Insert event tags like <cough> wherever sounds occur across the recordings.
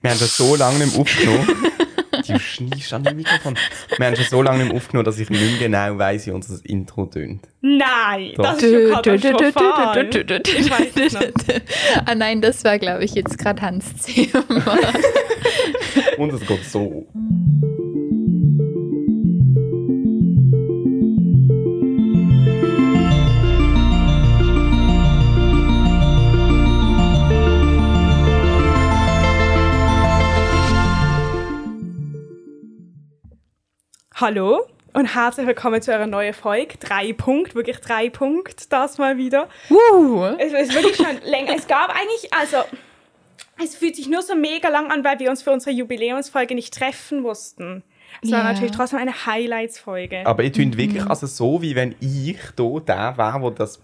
Wir haben das so lange nicht mehr <laughs> aufgenommen. du schneidest an dem Mikrofon. Wir haben schon so lange nicht mehr aufgenommen, dass ich nicht mehr genau weiss, wie unser Intro tönt. Nein, Doch. das ist ja katastrophal. Ich weiß es noch. Ah nein, das war, glaube ich, jetzt gerade Hans <laughs> Zimmer. Und es geht so. Hallo und herzlich willkommen zu einer neuen Folge. Drei Punkte, wirklich drei Punkte, das mal wieder. Woo! Es ist wirklich schon <laughs> länger. Es gab eigentlich, also, es fühlt sich nur so mega lang an, weil wir uns für unsere Jubiläumsfolge nicht treffen mussten. Es war Ja. natürlich trotzdem eine Highlights-Folge. Aber ihr tönt wirklich Mhm. also so, wie wenn ich hier der wäre, wo das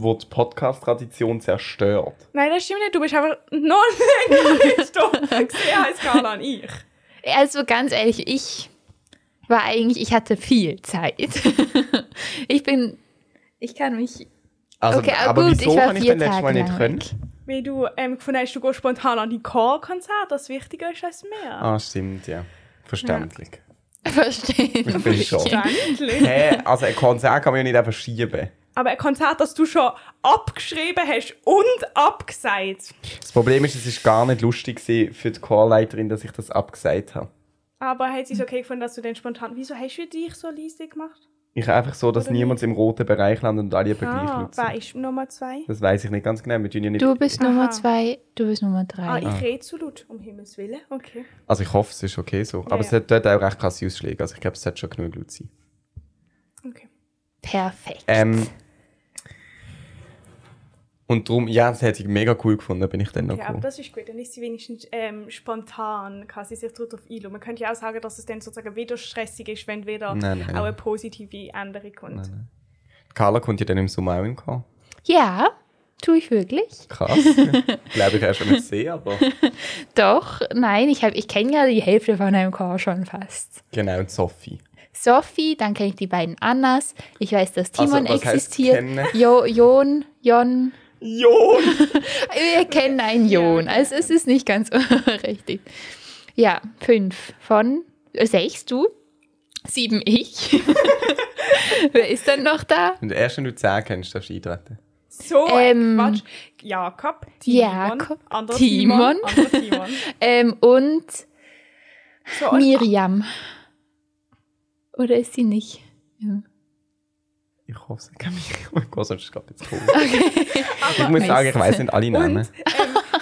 wo die Podcast-Tradition zerstört. Nein, das stimmt nicht. Du bist einfach noch <laughs> länger nicht da. Sehr heiß Skala an ich. Also ganz ehrlich, ich war eigentlich, ich hatte viel Zeit. <laughs> ich bin, ich kann mich. Also, Okay, aber aber gut, wieso ich war habe ich vier das letzte Tage Mal nicht lang können? <laughs> weg. Weil du ähm, gefunden hast, du gehst spontan an die Chor-Konzert, das wichtiger ist als mehr. Ah, stimmt, ja. Verständlich. Verstehen. Ich bin schon. Danke. Hä, also ein Konzert kann man ja nicht einfach schieben. Aber ein Konzert, das du schon abgeschrieben hast und abgesagt. Das Problem ist, es ist gar nicht lustig gewesen für die Chorleiterin, dass ich das abgesagt habe. Aber hat sie es okay gefunden, dass du den spontan. Wieso hast du dich so leise gemacht? Ich einfach so, dass Oder niemand im roten Bereich landet und alle eben gleich Ah, nutzen. war ich Nummer zwei? Das weiß ich nicht ganz genau. Wir tun ja nicht. Du bist Nummer Aha. zwei, du bist Nummer Ah, drei. ich rede zu laut, um Himmels Willen. Okay. Also ich hoffe, es ist okay so. Aber ja. es hat dort auch recht krasse Ausschläge. Also ich glaube, es hat schon genug Leute sein. okay. Perfekt. Ähm, und darum, ja, das hätte ich mega cool gefunden, bin ich dann noch Ja, aber cool. das ist gut. Dann ist sie wenigstens ähm, spontan, kann sie sich darauf einlassen. Man könnte ja auch sagen, dass es dann sozusagen wieder stressig ist, wenn wieder Nein, nein. auch eine positive Änderung kommt. Nein, nein. Carla kommt ja dann im Sommer auch in den Chor. ja, tue ich wirklich? <laughs> Krass. glaube ich auch schon nicht sehen, aber Doch, nein, ich, hab- ich kenne ja die Hälfte von einem Chor schon fast. genau, und Sophie. Sophie, dann kenne ich die beiden Annas. Ich weiß, dass Timon was heißt existiert. kennen? Jo, Jon, Jon. Jo! Wir kennen einen Jon, also es ist nicht ganz <laughs> richtig. Ja, fünf von äh, sechs du, sieben ich. <laughs> Wer ist dann noch da? Und erst wenn du 10 kennst, darfst du eintreten. So Ähm, ein Quatsch. Jakob, Timon, Jakob, anderer Timon. Timon, anderer <laughs> Timon. Ähm, und So, und Miriam. Oder ist sie nicht? Ja. Ich hoffe, sie kennen mich. <laughs> Oh Gott, sonst ist es gerade jetzt cool. Ich muss sagen, ich weiß nicht alle Namen. ähm,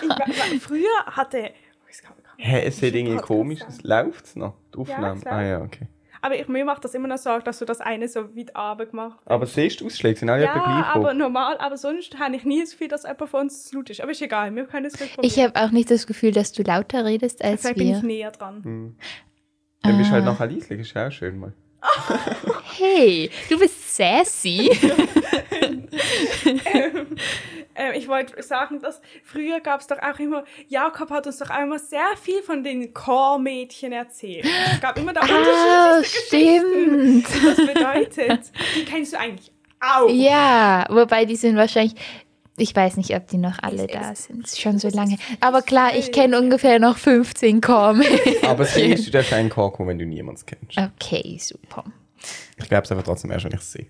ich, wa- wa- früher hatte. Oh, es kam- kam- Hä, es sieht irgendwie Podcast komisch aus. Läuft es noch? Die es Aufnahme? läuft. ah ja, okay. Aber ich, mir macht das immer noch Sorge, dass du das eine so weit runter gemacht hast. Aber siehst du Ausschläge? Sind alle Ja, etwa gleich hoch? aber normal, aber sonst habe ich nie das Gefühl, dass jemand von uns zu laut ist. Aber ist egal, wir können es gleich Ich habe auch nicht das Gefühl, dass du lauter redest als Vielleicht bin ich wir. näher dran. Hm. Dann bist du halt Ah. nachher leislich, ist ja auch schön mal. Hey, du bist sassy. Ähm, ich wollte sagen, dass früher gab es doch auch immer, Jakob hat uns doch auch immer sehr viel von den Chormädchen erzählt. Es gab immer da <laughs> ah, unterschiedlichste Geschichten. stimmt. Das bedeutet, die kennst du eigentlich auch. Ja, wobei die sind wahrscheinlich. Ich weiß nicht, ob die noch alle Es da ist- sind. Schon so es lange. ist Aber klar, ich schwierig. kenne ungefähr noch 15 Korn. <laughs> Aber das Ding ist, du darfst einen Chor kommen, wenn du niemanden kennst. Okay, super. Ich glaube es aber trotzdem erst, wenn ich es sehe.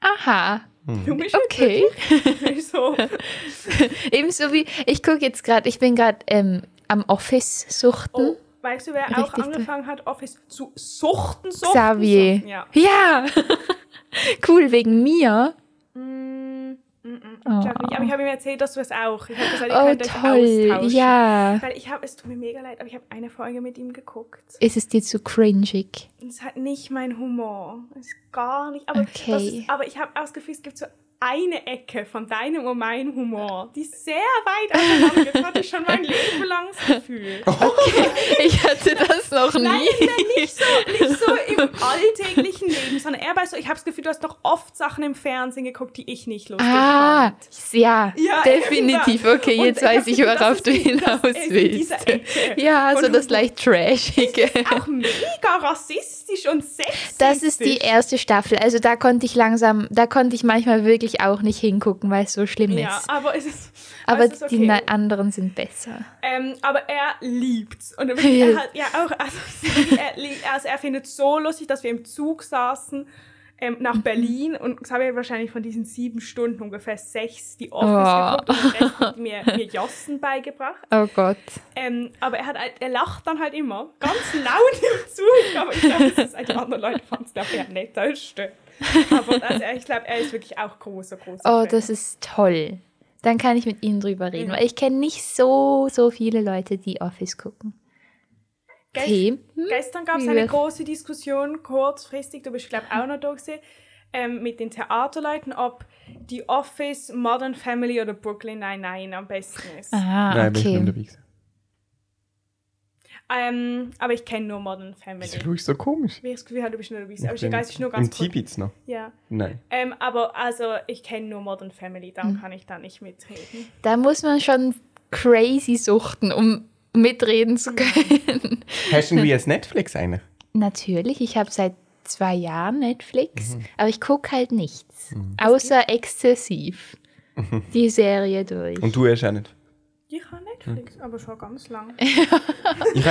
Aha, Du bist okay. wirklich <laughs> so. Ebenso wie, ich gucke jetzt gerade, ich bin gerade ähm, am Office suchten. Oh, weißt du, wer auch Richtig. angefangen hat, Office zu suchten, suchten? Xavier. Suchten? Ja. Ja. <laughs> cool, wegen mir. Mm, mm, mm, Oh. ich glaub nicht, aber ich habe ihm erzählt, dass du es auch. Ich halt habe gesagt, ihr Oh, könnt euch toll. austauschen. Ja. Weil ich habe, es tut mir mega leid, aber ich habe eine Folge mit ihm geguckt. Ist es dir zu <laughs> cringig? Es hat nicht mein Humor. Ist gar nicht. Aber, Okay. das ist, aber ich habe auch das Gefühl, es gibt so eine Ecke von deinem und meinem Humor, die ist sehr <laughs> weit auseinander. Das hatte ich schon mein Leben lang das Gefühl. Ich hatte das noch nie. Nein, nein, nicht so, nicht so im <laughs> alltäglichen Leben, sondern eher bei so, ich habe das Gefühl, du hast doch oft Sachen im Fernsehen geguckt, die ich nicht lustig Ah, fand. ja, Ja, definitiv. eben das. Okay, Und jetzt ich hab weiß ich, gedacht, worauf das du ist- hinaus das ist in willst. dieser Ecke Ja, von so das Humor. leicht Trashige. Auch mega rassistisch schon sexistisch. Das ist die erste Staffel. Also da konnte ich langsam, da konnte ich manchmal wirklich auch nicht hingucken, weil es so schlimm Ja, ist. aber es ist. also Aber es ist die okay. na- anderen sind besser. Ähm, aber er liebt's. Und er wirklich- er hat ja auch, also, <laughs> er, lie- also er findet so lustig, dass wir im Zug saßen ähm, Mhm. nach Berlin und Xavier wahrscheinlich von diesen sieben Stunden ungefähr sechs die Office Oh. geguckt und den Rest hat mir, mir Jossen beigebracht. Oh Gott. Ähm, aber er, hat, halt- er lacht dann halt immer ganz laut im Zug. Aber ich glaube, das ist- die anderen Leute fanden es nachher nicht, das stimmt. Aber also, ich glaube, er ist wirklich auch großer, großer Oh, Fan. das ist toll. Dann kann ich mit Ihnen drüber reden, weil ich kenne nicht so, so viele Leute, die Office gucken. Gell? Okay. Hm? Gestern gab es Ja. eine große Diskussion, kurzfristig, du bist, glaube auch noch da gewesen, ähm, mit den Theaterleuten, ob die Office, Modern Family oder Brooklyn Nine-Nine am besten ist. Ah, bin ich nicht mehr okay. dabei gewesen. Ähm, aber ich kenne nur Modern Family. Wieso schaust du so komisch? Ich habe das Gefühl, habe, du bist nur dabei. gewesen, Aber Ich ist egal, es ist nur bin ganz Im Tibet noch? Ja. Nein. Ähm, aber also, ich kenne nur Modern Family, dann kann ich da nicht mitreden. Da muss man schon crazy suchten, um mitreden zu können. <laughs> Hast du irgendwie ein Netflix eigentlich? Natürlich, ich habe seit zwei Jahren Netflix, Mhm. aber ich gucke halt nichts. Außer exzessiv. Die Serie durch. Mhm. Und du hast auch nicht. Ich habe Netflix, aber schon ganz lang. Ich habe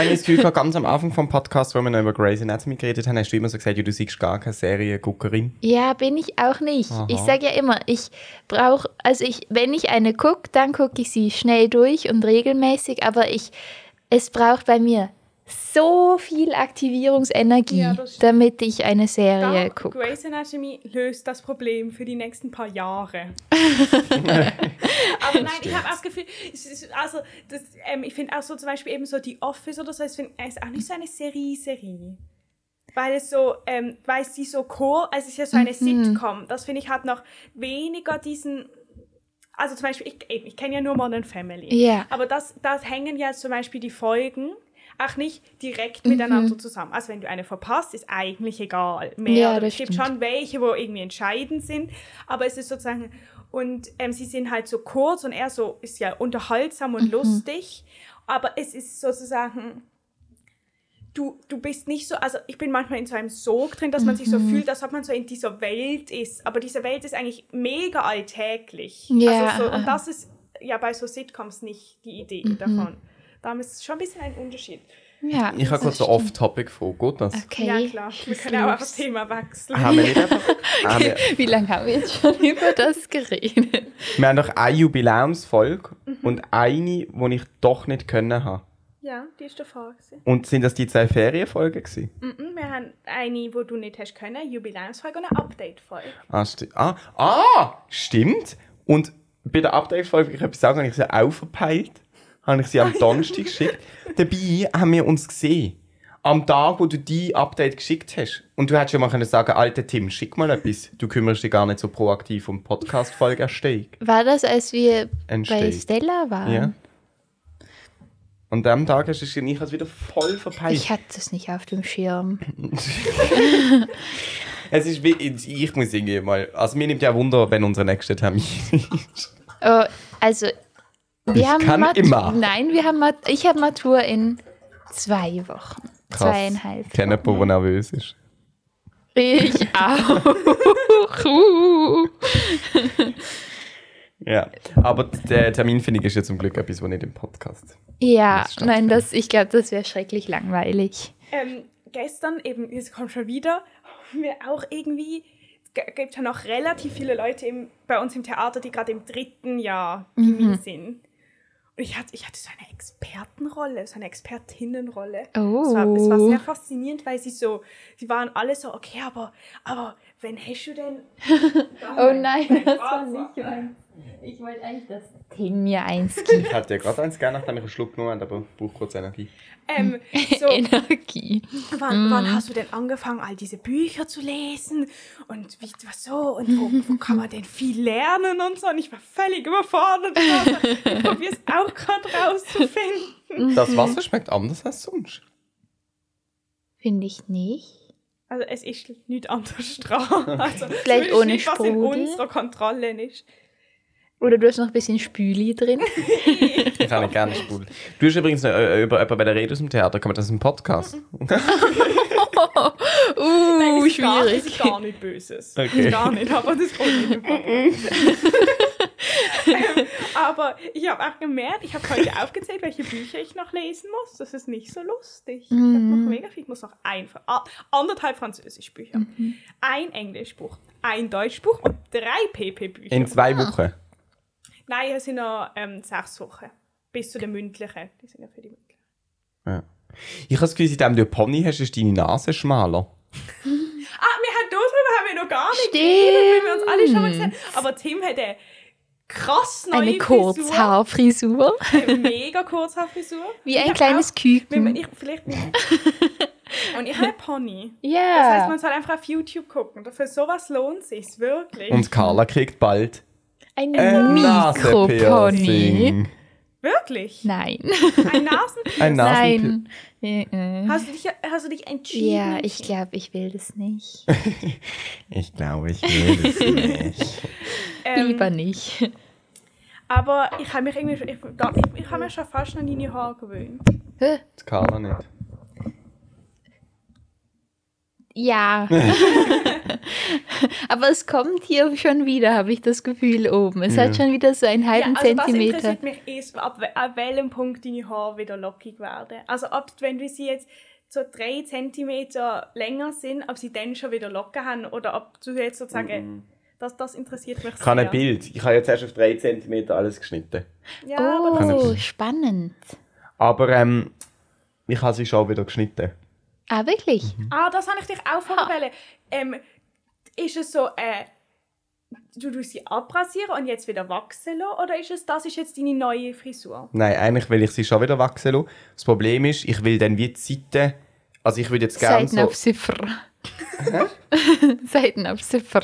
das Gefühl, gehabt, ganz am Anfang vom Podcast, wo wir noch über Grey's Anatomy geredet haben, hast du immer so gesagt, ja, du siehst gar keine Serienguckerin. Ja, bin ich auch nicht. Aha. Ich sage ja immer, ich brauche, also ich, wenn ich eine gucke, dann gucke ich sie schnell durch und regelmäßig, aber ich, es braucht bei mir so viel Aktivierungsenergie, Ja, das stimmt. damit ich eine Serie Dark gucke. Grey's Anatomy löst das Problem für die nächsten paar Jahre. Aber nein, ich habe auch das Gefühl, es ist- also das, ähm, ich finde auch so zum Beispiel eben so die Office oder so, ich find, es ist auch nicht so eine Serie-Serie. Weil es so, ähm, weil es die so cool, also es ist ja so eine Sitcom, das finde ich hat noch weniger diesen, also zum Beispiel, ich, eben, ich kenne ja nur Modern Family. Ja. Aber das, das hängen ja zum Beispiel die Folgen auch nicht direkt miteinander zusammen. Also wenn du eine verpasst, ist eigentlich egal. Mehr Mhm. Ja, oder- das es gibt stimmt. schon welche, wo irgendwie entscheidend sind, aber es ist sozusagen und ähm, sie sind halt so kurz und er so ist ja unterhaltsam Mhm. und lustig, aber es ist sozusagen du, du bist nicht so, also ich bin manchmal in so einem Sog drin, dass man sich so Mhm. fühlt, als ob man so in dieser Welt ist. Aber diese Welt ist eigentlich mega alltäglich. Ja. Mhm. Also so, und das ist ja bei so Sitcoms nicht die Idee davon. Darum ist es schon ein bisschen ein Unterschied. Ja, Ich habe gerade das so stimmt. off-topic vor, geht das? Okay. Ja, klar. Wir ich können auch lieb's. das Thema wechseln. Haben wir nicht einfach... Haben wir, <laughs> Wie lange haben wir jetzt schon <laughs> über das geredet? wir haben doch eine Jubiläumsfolge und eine, die ich doch nicht können habe. Ja, die ist davor gewesen. Und sind das die zwei Ferienfolgen gewesen? Mhm, wir haben eine, wo du nicht hast können, Jubiläumsfolge und eine Update-Folge. Ah, sti ah, ah, stimmt. Und bei der Update-Folge, ich habe sagen, habe ich sie auch verpeilt. Habe ich sie am Donnerstag geschickt. Dabei haben wir uns gesehen. Am Tag, wo du die Update geschickt hast. Und du hättest ja mal können sagen, alter Tim, schick mal etwas. Du kümmerst dich gar nicht so proaktiv um Podcast-Folge erstehen. War das, als wir bei Entsteht. Stella waren? Ja. Und am Tag hast du es ich es wieder voll verpeilt. Ich hatte das nicht auf dem Schirm. es ist wie, ich muss irgendwie mal, also mir nimmt ja Wunder, wenn unser nächster Termin <laughs> ist. Oh, also, wir Ich haben kann Mat- immer. Nein, wir haben Mat ich habe Matur in zwei Wochen. Zweieinhalb. Kennt jemand, der nervös ist. <laughs> Ich auch. Uh. Ja, aber der Terminfindung ist ja zum Glück etwas, was nicht im Podcast. ja, Das stimmt. nein, das, ich glaube, das wäre schrecklich langweilig. Ähm, gestern eben, jetzt kommt schon wieder, haben wir auch irgendwie, es gibt ja noch relativ viele Leute im, bei uns im Theater, die gerade im dritten Jahr Mhm. Chemie sind. Und ich hatte, ich hatte so eine Expertenrolle, so eine Expertinnenrolle. Oh. Es, war, es war sehr faszinierend, weil sie so, sie waren alle so, okay, aber, aber, wenn hast du denn... <laughs> Oh nein, das war Wasser. nicht mein. Ich wollte eigentlich, dass Tim mir eins gibt. Ich hatte ja gerade eins gerne, nachdem ich einen Schluck genommen habe, aber ich brauche kurz Energie. <laughs> Ähm, so, Energie. Wann, Mm. wann hast du denn angefangen, all diese Bücher zu lesen? Und wie was so? Und wo, wo kann man denn viel lernen und so? Und ich war völlig überfordert. Also, ich probiere es auch gerade rauszufinden. Das Wasser schmeckt anders als sonst. Finde ich nicht. Also es ist nicht anders dran. Also, Vielleicht zumindest ohne nicht, was in Sprudel. unserer Kontrolle ist. Oder du hast noch ein bisschen Spüli <laughs> drin. Ich kann nicht gerne spulen. Du hast übrigens noch, äh, über jemanden bei der Rede aus dem Theater, kommt das im Podcast? uh, Oh, das ist Gar, das schwierig. ist gar nicht Böses. Okay. Gar nicht, aber das kommt nicht im Podcast. ähm, aber ich habe auch gemerkt, ich habe heute aufgezählt, welche Bücher ich noch lesen muss. Das ist nicht so lustig. Ich habe noch mega viel. Ich muss noch ein, Fra- ah, anderthalb Französischbücher, ein Englischbuch, ein Deutschbuch und drei PP-Bücher. In Ah. zwei Wochen. Nein, es sind noch ähm, sechs Wochen. Bis zu den mündlichen. Die sind ja für die mündlichen. Ja. Ich habe das Gefühl, seitdem du Pony hast, ist deine Nase schmaler. Ah, wir haben darüber haben wir noch gar nicht Stimmt. geredet, weil wir uns alle schon mal gesehen haben. Aber Tim hat eine krass neue Eine Kurzhaarfrisur. Frisur. Eine mega Kurzhaarfrisur. <laughs> Wie Ich ein hab kleines auch- Wenn man- Küken. Ich, vielleicht <laughs> Und ich habe einen Pony. Das heißt, Ja, man soll einfach auf YouTube gucken. Für sowas lohnt sich's wirklich. Und Carla kriegt bald ein Äh, ein Mikropony. Nasenpiercing. Wirklich? Nein. <laughs> Ein Nasenpiercing. Ein Nasenpiercing. Nein. Äh, äh. Hast du dich, hast du dich entschieden? Ja, ich glaube, ich will das nicht. Ich glaube, ich will <laughs> es nicht. Ähm, Lieber nicht. Aber ich habe mich irgendwie schon, ich, ich, ich habe mich schon fast an deine Haare gewöhnt. Hä? Das Carla nicht. <laughs> Ja. <laughs> Aber es kommt hier schon wieder, habe ich das Gefühl, oben. Es hat schon wieder so einen halben das Zentimeter. also interessiert mich ist, ab, we- ab welchem Punkt deine Haare wieder lockig werden. Also ob, wenn wir sie jetzt so drei Zentimeter länger sind, ob sie dann schon wieder locker haben oder ob du jetzt sozusagen, das, das interessiert mich Ich habe ein sehr. Bild. Ich habe jetzt erst auf 3 cm alles geschnitten. Ja, aber das, Oh, das- spannend. Aber ähm, ich habe sie schon wieder geschnitten. Ah, wirklich? ah, das habe ich dich auch vorgewählt. Ähm, ist es so, äh, du tust sie abrasieren und jetzt wieder wachsen lassen, oder ist es, das ist jetzt deine neue Frisur? Nein, eigentlich will ich sie schon wieder wachsen lassen. Das Problem ist, ich will dann wie die Seiten... Also ich würde jetzt gerne Seiten so... <laughs> auf Ziffer. <laughs> Seiten auf Ziffer.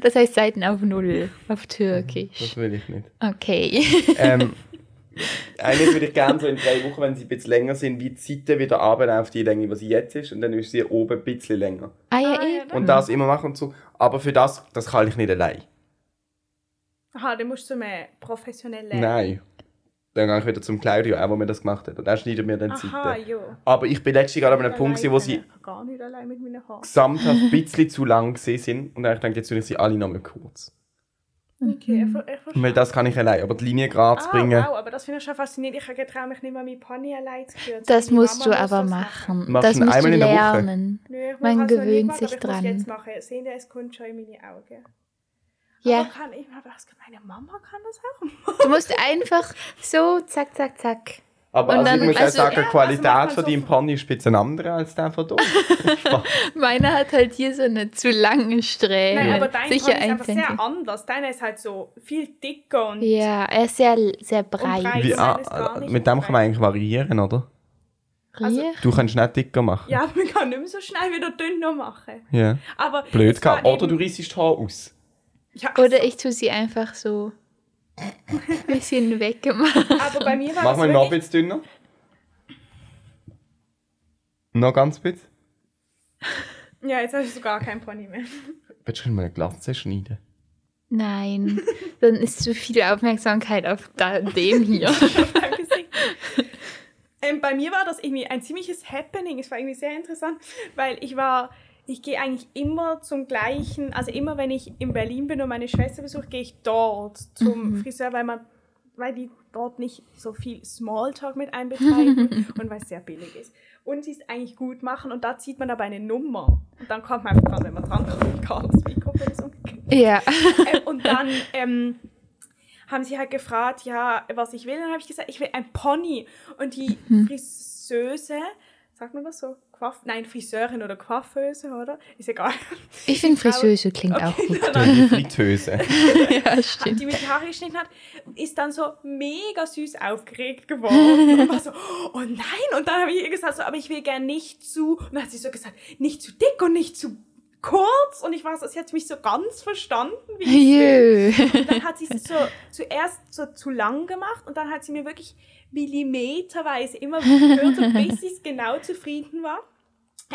Das heißt Seiten auf Null auf Türkisch. Mhm, Das will ich nicht. Okay. <laughs> Ähm, eigentlich würde ich gerne so in drei Wochen, wenn sie ein bisschen länger sind, wie die Seite wieder arbeiten auf die Länge, was sie jetzt ist. Und dann ist sie oben ein bisschen länger. Ah ja, Ah, eh. ja, Und das immer machen und so. Aber für das, das kann ich nicht allein. Aha, dann musst du zu einem professionellen... Nein. Dann gehe ich wieder zum Claudio, auch wo mir das gemacht hat. Und er schneidet mir dann die Aha, Seite. ja. Aber ich bin letztens gerade an einem Punkt, gewesen, wo Allein sie kann ich gar nicht allein mit meinen Haaren. gesamthaft ein bisschen zu lang gesehen sind. Und dann habe ich gedacht, jetzt will ich sie alle nochmal kurz. Okay, Mhm. ich, ver- ich verstehe. Weil das kann ich allein. Aber die Linie gerade zu Ah, bringen, wow, aber das finde ich schon faszinierend. Ich getraue mich nicht mal, meinen Pony allein zu führen. Das Meine musst Mama du muss aber das machen. Machst Das du ihn musst du einmal in der Woche? lernen. Nö, ich Man mach das noch gewöhnt nicht, sich aber dran. Ich muss jetzt machen. Sehen, es kommt schon in meine Augen. Aber Ja, kann ich habe auch gesagt, meine Mama kann das auch. <laughs> du musst einfach so, zack, zack, zack. aber Und also dann- ich muss also, auch sagen, ja, die also Qualität macht man von so- deinem Pony ist ein bisschen andere als der von dir. Meiner hat halt hier so eine zu lange Strähne. Nein, aber dein Sicher Pony ist ein einfach sehr Zentimeter. anders. Deiner ist halt so viel dicker und Ja, er ist sehr, sehr breit. breit. Wie, Ich meine, das ah, gar nicht mit dem kann man eigentlich variieren, oder? Also- Riech? Du kannst nicht dicker machen. Ja, man kann nicht mehr so schnell wieder dünner machen. Ja. Aber Blöd es war gehabt. Oder eben- du reissest die Haare aus. Ja, also, Oder ich tue sie <laughs> einfach so ein bisschen weggemacht. aber bei mir war Mach es mal noch ein also wirklich bisschen dünner. Noch ganz bisschen. Ja, jetzt habe ich sogar keinen Pony mehr. Willst du mal eine Glatze <laughs> schneiden? Nein, <laughs> dann ist zu viel Aufmerksamkeit auf da, dem hier. Danke, Sig. ähm, bei mir war das irgendwie ein ziemliches Happening. Es war irgendwie sehr interessant, weil ich war, ich gehe eigentlich immer zum gleichen, also immer wenn ich in Berlin bin und meine Schwester besuche, gehe ich dort zum Friseur, weil man, weil die dort nicht so viel Smalltalk mit einbetreiben und weil es sehr billig ist. Und sie es eigentlich gut machen und da zieht man aber eine Nummer. Und dann kommt man einfach dran, wenn man dran kommt. Karl, das Mikrofon ist umgekehrt <laughs> Ja. äh, und dann ähm, haben sie halt gefragt, ja, was ich will. Dann habe ich gesagt, ich will ein Pony. Und die Mhm. Friseuse, sagt man das so? Coif Nein, Friseurin oder Coiffeuse, oder? Ist egal. Ich finde Friseuse klingt auch <laughs> gut. Die Fritteuse. Ja, Die stimmt. mir die Haare geschnitten hat, ist dann so mega süß aufgeregt geworden. Und war so, oh nein. Und dann habe ich ihr gesagt, so, aber ich will gern nicht zu. Und dann hat sie so gesagt, nicht zu dick und nicht zu kurz. Und ich war so, sie hat mich so ganz verstanden, wie ich Jö. Und dann hat sie es so, zuerst so zu lang gemacht und dann hat sie mir wirklich millimeterweise immer gehört, so, bis ich genau zufrieden war.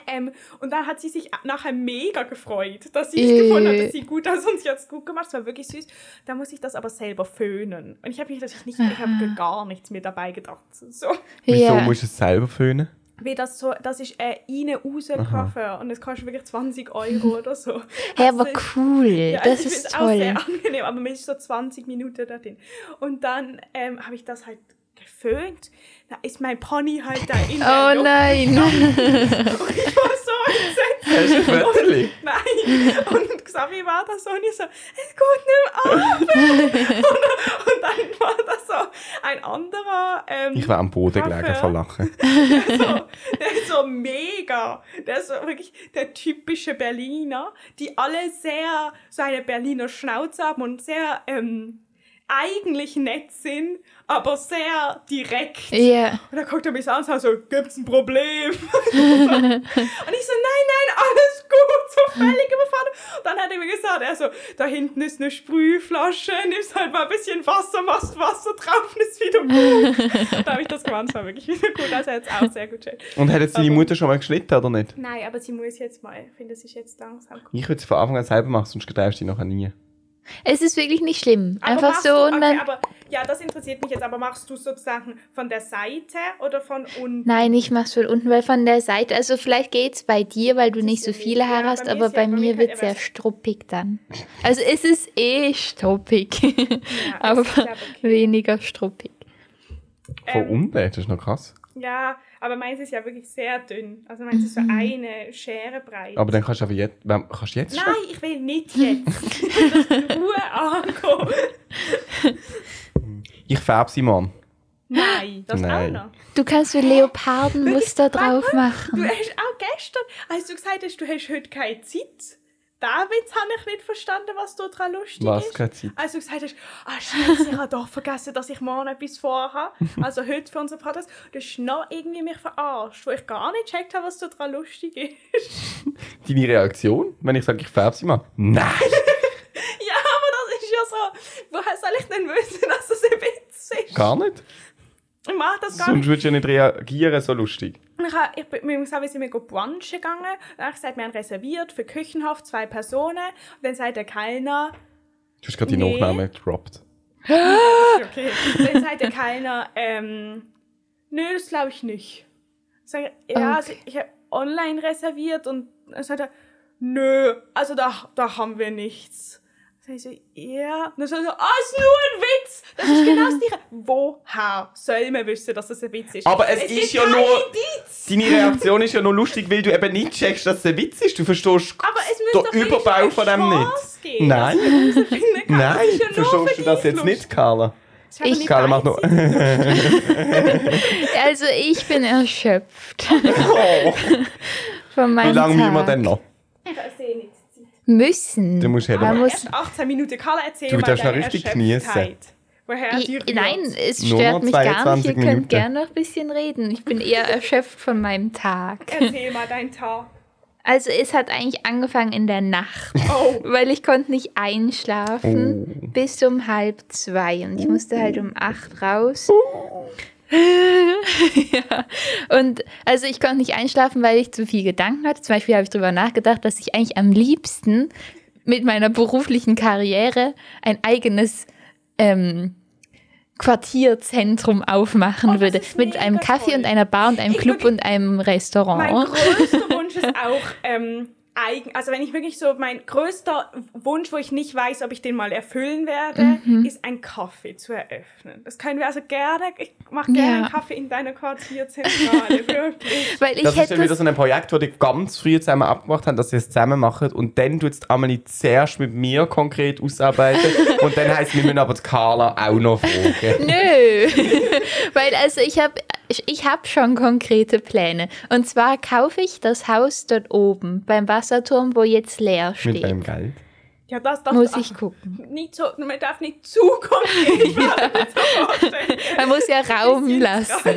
Ähm, und dann hat sie sich nachher mega gefreut, dass sie es gefunden hat, Äh. dass sie gut hat und sie hat es gut gemacht. Es war wirklich süß. Da muss ich das aber selber föhnen. Und ich habe mich natürlich nicht, ich Ah. habe gar nichts mehr dabei gedacht. So. Wieso Ja. musst du es selber föhnen? Wie das so, das ist äh, eine raus Coiffeur und das kostet wirklich 20 Euro oder so. Hä, aber Also, cool. ja, das also ich find's ist auch <laughs> toll. sehr angenehm, aber man ist so 20 Minuten da drin. Und dann ähm, habe ich das halt geföhnt. Da ist mein Pony halt da in der Oh Luft. <laughs> nein. Und ich war so entsetzt. Hast du ein Fötterchen? Nein! Und Xavi war da so und ich so, es geht nicht mehr ab! <laughs> und, und dann war da so ein anderer, ähm, Ich wäre am Boden Kaffee. gelegen vor Lachen. so, der ist so mega, der ist so wirklich der typische Berliner, die alle sehr so eine Berliner Schnauze haben und sehr ähm, eigentlich nett sind, aber sehr direkt. Ja. Und dann guckt er mich so an und sagt so, gibt's ein Problem? <laughs> und ich so, nein, nein, alles gut, so völlig überfahren. Und dann hat er mir gesagt, er so, da hinten ist eine Sprühflasche, nimmst halt mal ein bisschen Wasser, machst Wasser drauf und ist wieder gut. da habe ich das gemacht, es war wirklich wieder gut, also jetzt auch sehr gut. schön. Und hat jetzt deine Aber- Mutter schon mal geschnitten, oder nicht? Nein, aber sie muss jetzt mal, ich finde, es ist jetzt langsam gut. Ich würde es von Anfang an selber machen, sonst greifst du dich nachher nie. Es ist wirklich nicht schlimm. Aber Einfach machst so du, und dann. okay, aber, Ja, das interessiert mich jetzt, aber machst du sozusagen von der Seite oder von unten? Nein, ich mach's von unten, weil von der Seite, also vielleicht geht's bei dir, weil du nicht so ja viele nicht- Haare ja, hast, bei mir aber ist ja- bei bei mir mir kann- wird's aber sehr es- <laughs> struppig dann. Also es ist eh struppig, <laughs> Ja, aber ist, glaub ich, weniger struppig. Von ähm, unten, das ist noch krass. Ja, aber meins ist ja wirklich sehr dünn. Also meins ist so Mhm. eine Schere breit. Aber dann kannst du aber jetzt, wem- kannst du jetzt Nein, schon? ich will <laughs> nicht jetzt. Ich will das in Ruhe ankommen. Ich färbe sie mal. Nein, das Nein. auch noch. Du kannst so <laughs> Leopardenmuster drauf Du machen. hast auch gestern, als du gesagt hast, du hast heute keine Zeit, David habe ich nicht verstanden, was du daran lustig Was, ist. keine Zeit? Als du gesagt hast, ah scheiße, ich habe doch vergessen, dass ich morgen etwas <laughs> vorhabe. Also heute für unseren Podcast. Du hast noch irgendwie mich verarscht, wo ich gar nicht gecheckt habe, was du daran lustig ist. <laughs> Deine Reaktion, wenn ich sage, ich färbe sie mal? Nein! Ja, aber das ist ja so. Woher soll ich denn wissen, dass es ein Witz ist? Gar nicht? Ich mache das gar Sonst nicht. würdest du ja nicht reagieren, so lustig. Ich, hab- ich bin mit dem Xavi sind wir go brunchen gegangen. Und dann habe ich gesagt, wir haben reserviert für Küchenhof zwei Personen. Und dann sagt der Kellner, Du hast gerade die Nee. Nachnamen gedroppt. <laughs> okay. Dann sagt der Kellner, ähm, nö, das glaube ich nicht. Sag, ich, ja, also ich habe online reserviert und dann sagt er, nö, also da, da haben wir nichts. Sag ich so, ja. Und dann sagt er, ah, ist nur ein Witz. Das ist genau das Gleiche. Woher soll man wissen, dass das ein Witz ist? Aber es gibt ist ja kein nur- Indiz. Deine Reaktion ist ja nur lustig, weil du eben nicht checkst, dass es ein Witz ist. Du verstehst Aber es müsste den doch Überbau wenigstens von dem eine nicht. Chance geben, Nein. dass man herausfinden kann. Nein, Es ist ja nur verstehst du für das dich jetzt lustig. nicht, Carla? Ich habe Ich- nicht Carla macht noch. beides in- Also ich bin erschöpft Oh, von meinem wie lange müssen wir Tag. denn noch? Ich sehe nichts. Müssen. Du musst halt her- Man muss, Erst 18 Minuten. Carla, erzähl Du mal darfst noch deine richtig Erschöpftheit. geniessen. Woher die ich, rührt. nein, es Nur stört noch mich gar nicht. 22 Ihr Minuten. könnt gerne noch ein bisschen reden. Ich bin eher erschöpft von meinem Tag. Erzähl mal deinen Tag. Also es hat eigentlich angefangen in der Nacht. <laughs> Oh, weil ich konnte nicht Oh. einschlafen bis um halb zwei und ich musste halt um acht raus. Oh. <laughs> ja. Und also ich konnte nicht einschlafen, weil ich zu viel Gedanken hatte. Zum Beispiel habe ich darüber nachgedacht, dass ich eigentlich am liebsten mit meiner beruflichen Karriere ein eigenes ähm, Quartierzentrum aufmachen Oh, das würde. ist Mit mega einem Kaffee toll. und einer Bar und einem Ich Club würd- und einem mein Restaurant. größter Wunsch ist auch ähm, eigen. Also, wenn ich wirklich so, mein größter Wunsch, wo ich nicht weiß, ob ich den mal erfüllen werde, Mhm. ist ein Kaffee zu eröffnen. Das können wir also gerne. Ich mache gerne Ja. einen Kaffee in deiner <laughs> Quartierzentrale. wirklich. Weil ich Das ist hätte dann wieder das so ein Projekt, das die ganz früh zusammen abgemacht haben, dass sie es zusammen machen. Und dann tut es Amelie zuerst mit mir konkret ausarbeiten. und dann heisst es, wir müssen aber die Carla auch noch fragen. Ne, Nö, <laughs> weil also ich habe ich, ich hab schon konkrete Pläne. Und zwar kaufe ich das Haus dort oben beim Wasserturm, wo jetzt leer mit steht. meinem Geld. Ja, das darf Muss ich gucken. Nicht so, man darf nicht zu <laughs> konkret werden. Man <laughs> muss ja Raum lassen.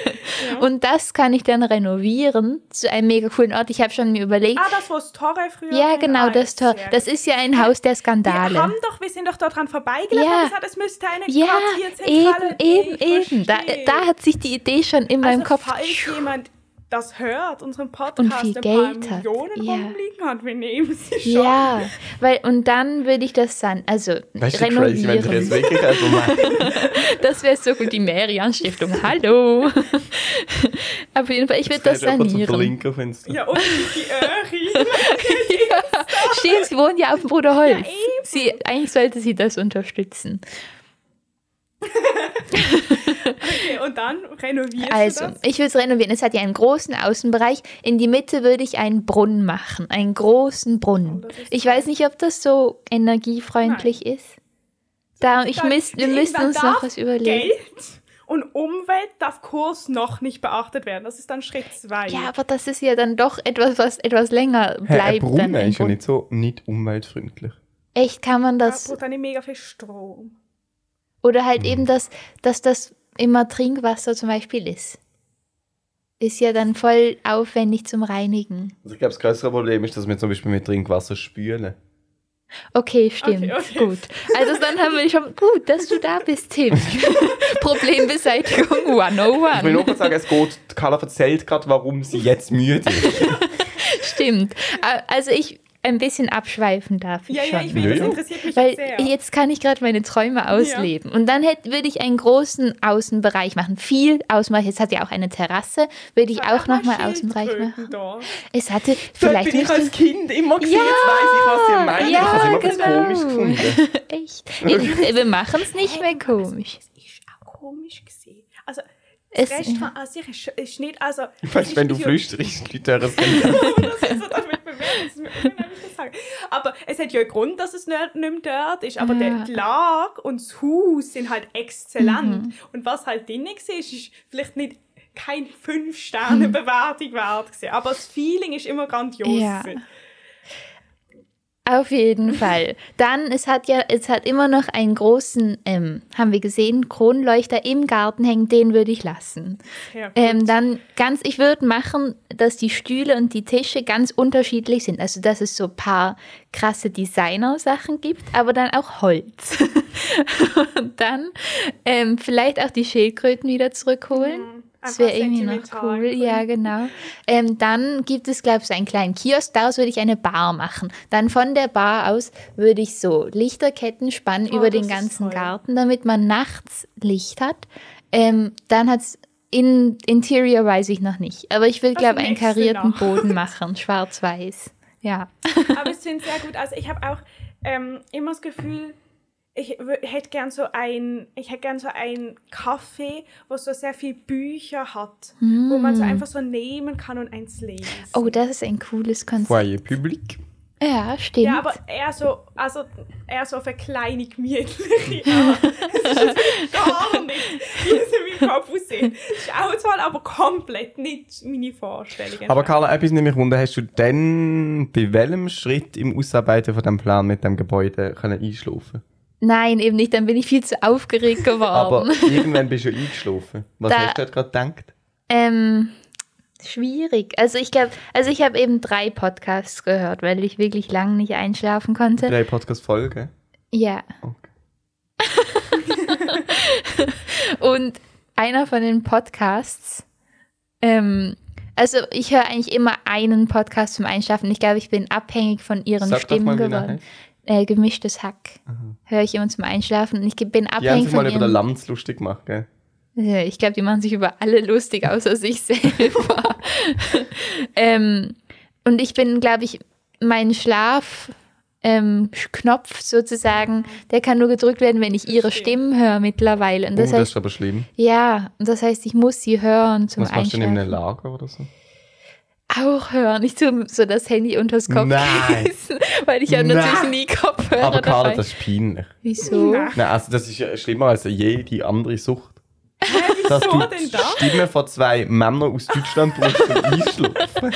<laughs> Und das kann ich dann renovieren zu einem mega coolen Ort. Ich habe schon mir überlegt. Ah, das, wo das Torre früher ja, war. genau, Ah, das Tor. sehr Das ist ja ein Haus der Skandale. Wir haben doch, wir sind doch daran vorbeigelaufen. Ja. Ja. Gesagt, es müsste eine ja, Quartierzentrale. eben, eben, Ich eben. Da, verstehe. da hat sich die Idee schon in meinem also, Kopf. falls jemand das hört, unseren Podcast, Und viel ein paar Geld hat. Millionen Ja. rumliegen hat, wir nehmen sie schon. Ja, weil und dann würde ich das dann, also Weißt du, crazy, wenn du jetzt renovieren. wirklich also einfach mal. Das wäre so gut, die Merian-Stiftung. Hallo. <laughs> Auf jeden Fall, ich würde das sanieren. Verlinken auf Insta. Ja, und <laughs> die Öri. Stimmt, sie wohnt ja auf dem Bruderholz. sie, eigentlich sollte sie das unterstützen. Okay, und dann renovierst Also, du das. ich würde es renovieren. Es hat ja einen großen Außenbereich. In die Mitte würde ich einen Brunnen machen. Einen großen Brunnen. Oh, das ist Ich weiß nicht, ob das so energiefreundlich ist. Da, ich Dann- müsst, wir müssen irgendwann uns noch darf was überlegen. Geld und Umwelt darf Kurs noch nicht beachtet werden. Das ist dann Schritt 2. Ja, aber das ist ja dann doch etwas, was etwas länger bleibt. Hey, ein dann Brunnen im ist ja Boden. nicht so nicht umweltfreundlich. Echt, kann man da das. braucht dann nicht mega viel Strom. Oder halt eben, dass, dass das immer Trinkwasser zum Beispiel ist. Ist ja dann voll aufwendig zum Reinigen. Also ich glaube, das größere Problem ist, dass wir zum Beispiel mit Trinkwasser spülen. Okay, stimmt. Okay, okay. Gut. Also dann haben wir schon. Gut, dass du da bist, Tim. Problembeseitigung 101. Ich will nur kurz sagen, es geht, die Carla erzählt gerade, warum sie jetzt müde ist. Stimmt. A- Also ich ein bisschen abschweifen darf. Ja, ich ja, schon. ich will, das Nö. interessiert mich Weil jetzt sehr. jetzt kann ich gerade meine Träume ausleben. Und dann hätte, würde ich einen großen Außenbereich machen. Viel Außenbereich. Es hat ja auch eine Terrasse. Würde ich Dann auch nochmal Außenbereich Schildkröten machen. Da. Es hatte Vielleicht vielleicht bin ich müsste- als Kind immer gesehen, Ja, jetzt weiß ich, was ihr meint. ich habe ja, es immer genau. ganz komisch gefunden. Echt. <laughs> Ich, wir machen es nicht mehr komisch. Das ist auch komisch gesehen. Also, Es, das Restaurant an sich ist, ist nicht, also... Weißt du, wenn du ist- flüsterst, Leute hören es nicht. das ist so, damit bewerben, das ist mir unangenehm zu sagen. Aber es hat ja einen Grund, dass es nicht, nicht mehr dort ist. Aber Ja. der, die Lage und das Haus sind halt exzellent. Mhm. Und was halt drin war, ist, ist vielleicht nicht keine 5-Sterne-Bewertung wert gewesen. Aber das Feeling ist immer grandios. Ja. gewesen. Auf jeden Fall. Dann, es hat ja, es hat immer noch einen großen, ähm, haben wir gesehen, Kronleuchter im Garten hängen, den würde ich lassen. Ja. Ähm, dann ganz, ich würde machen, dass die Stühle und die Tische ganz unterschiedlich sind. Also, dass es so ein paar krasse Designer-Sachen gibt, aber dann auch Holz. <laughs> und dann ähm, vielleicht auch die Schildkröten wieder zurückholen. Das wäre Mhm. Einfach irgendwie noch sentimental cool. Ja, genau. Ähm, dann gibt es, glaube ich, so einen kleinen Kiosk. Daraus würde ich eine Bar machen. Dann von der Bar aus würde ich so Lichterketten spannen Oh, über das ist den ganzen toll. Garten, damit man nachts Licht hat. Ähm, dann hat es in Interior weiß ich noch nicht. Aber ich will, Das glaube ich, einen nächste karierten Nacht. <laughs> Boden machen. Schwarz-weiß. Ja. Aber es sind sehr gut. Also ich habe auch ähm, immer das Gefühl, ich wü- hätte gern so ein, ich hätte gern so ein Kaffee, wo so sehr viel Bücher hat, wo man so einfach so nehmen kann und eins lesen. Mm. Oh, das ist ein cooles Konzept. Foyer Publik. Ja, stimmt. Ja, aber eher so, also eher so auf eine kleine <laughs> gemütliche. Art. Das ist wirklich gar nicht, wie es in meinem Kopf aussieht. Das ist auch zwar, aber komplett nicht meine Vorstellungen. Aber Carla, etwas nämlich runter, hast du denn bei welchem Schritt im Ausarbeiten von dem Plan mit dem Gebäude können einschlafen? Um. Nein, eben nicht. Dann bin ich viel zu aufgeregt geworden. Aber irgendwann bist du ja eingeschlafen. Was Da- hast du dort gerade gedacht? Ähm, schwierig. Also ich glaube, also ich habe eben drei Podcasts gehört, weil ich wirklich lang nicht einschlafen konnte. Drei Podcast-Folgen? Ja. Okay. <laughs> Und einer von den Podcasts, ähm, also ich höre eigentlich immer einen Podcast zum Einschlafen. Ich glaube, ich bin abhängig von ihren Sag doch Stimmen mal, wie der geworden. heißt. Äh, gemischtes Hack. Höre ich immer zum Einschlafen und ich bin Die haben abhängig sich mal von über den ihren. Lanz lustig gemacht, gell? Oh, Ja, Ich glaube, die machen sich über alle lustig, außer <laughs> sich selber. ähm, und ich bin, glaube ich, mein Schlaf. Ähm, Knopf sozusagen, der kann nur gedrückt werden, wenn ich ihre Verstehe. Stimmen höre mittlerweile. Und das oh, das heißt, ist aber schlimm. ja, und das heißt, ich muss sie hören zum Was machst du denn in Einschlafen. einem Lager oder so? Auch hören, ich tue so das Handy unters Kopf Nein. reißen, weil ich habe natürlich Nein. nie Kopfhörer Aber Carla, dabei. das ist peinlich. Wieso? Nein. Nein, also das ist ja schlimmer als jede andere Sucht. Dass wieso du denn das? Stimmen von zwei Männern aus Deutschland brauchst zum <laughs> Einschlafen.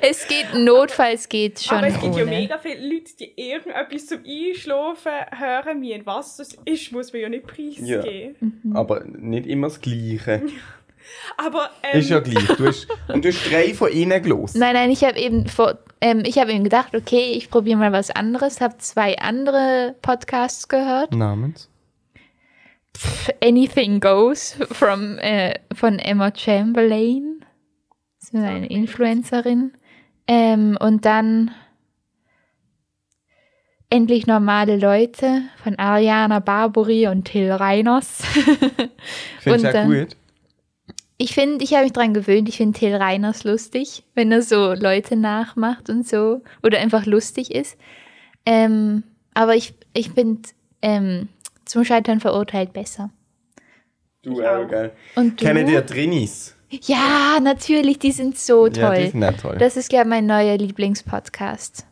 Es geht, notfalls geht schon Aber es gibt ohne. ja mega viele Leute, die irgendetwas zum Einschlafen hören müssen. Was das ist, muss man ja nicht preisgeben. Aber nicht immer das Gleiche. Aber ähm, Ist ja gleich. Du hast, und du hast drei von ihnen gelassen. Nein, nein, ich habe eben vor, ähm, ich habe eben gedacht, okay, ich probiere mal was anderes, habe zwei andere Podcasts gehört. Namens? Anything Goes from, äh, von Emma Chamberlain. ist eine Influencerin. Ähm, und dann Endlich normale Leute von Ariana Barbori und Till Reiners. <laughs> Finde Und äh, ich auch dann- gut. Ich finde, ich habe mich dran gewöhnt, ich finde Till Reiners lustig, wenn er so Leute nachmacht und so oder einfach lustig ist. Ähm, aber ich, ich bin ähm, zum Scheitern verurteilt besser. Du, Ich auch. auch, gell. Und du? Kennt ihr Trinis? Ja, natürlich, die sind so Ja, die toll. sind auch toll. das ist, glaube ich, mein neuer Lieblingspodcast.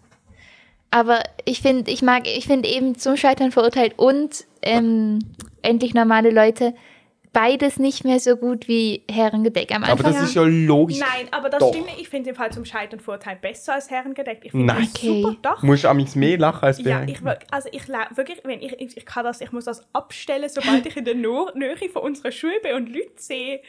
Aber ich finde, ich mag, ich finde eben zum Scheitern verurteilt und ähm, endlich normale Leute beides nicht mehr so gut wie Herrengedeck am aber Anfang. das Ja. ist ja logisch. Nein, aber das Doch. stimmt nicht. Ich finde den Fall zum Scheitern Vorteil besser als Herrengedeck. Ich finde Nein. das super, Okay. doch. Musst du amigs mehr lachen als Ja, bei- ich, wirk- also ich la- wirklich, wenn ich, ich, ich kann das, ich muss das abstellen, sobald ich in der no Nähe von unserer Schule bin und Leute sehe, äh,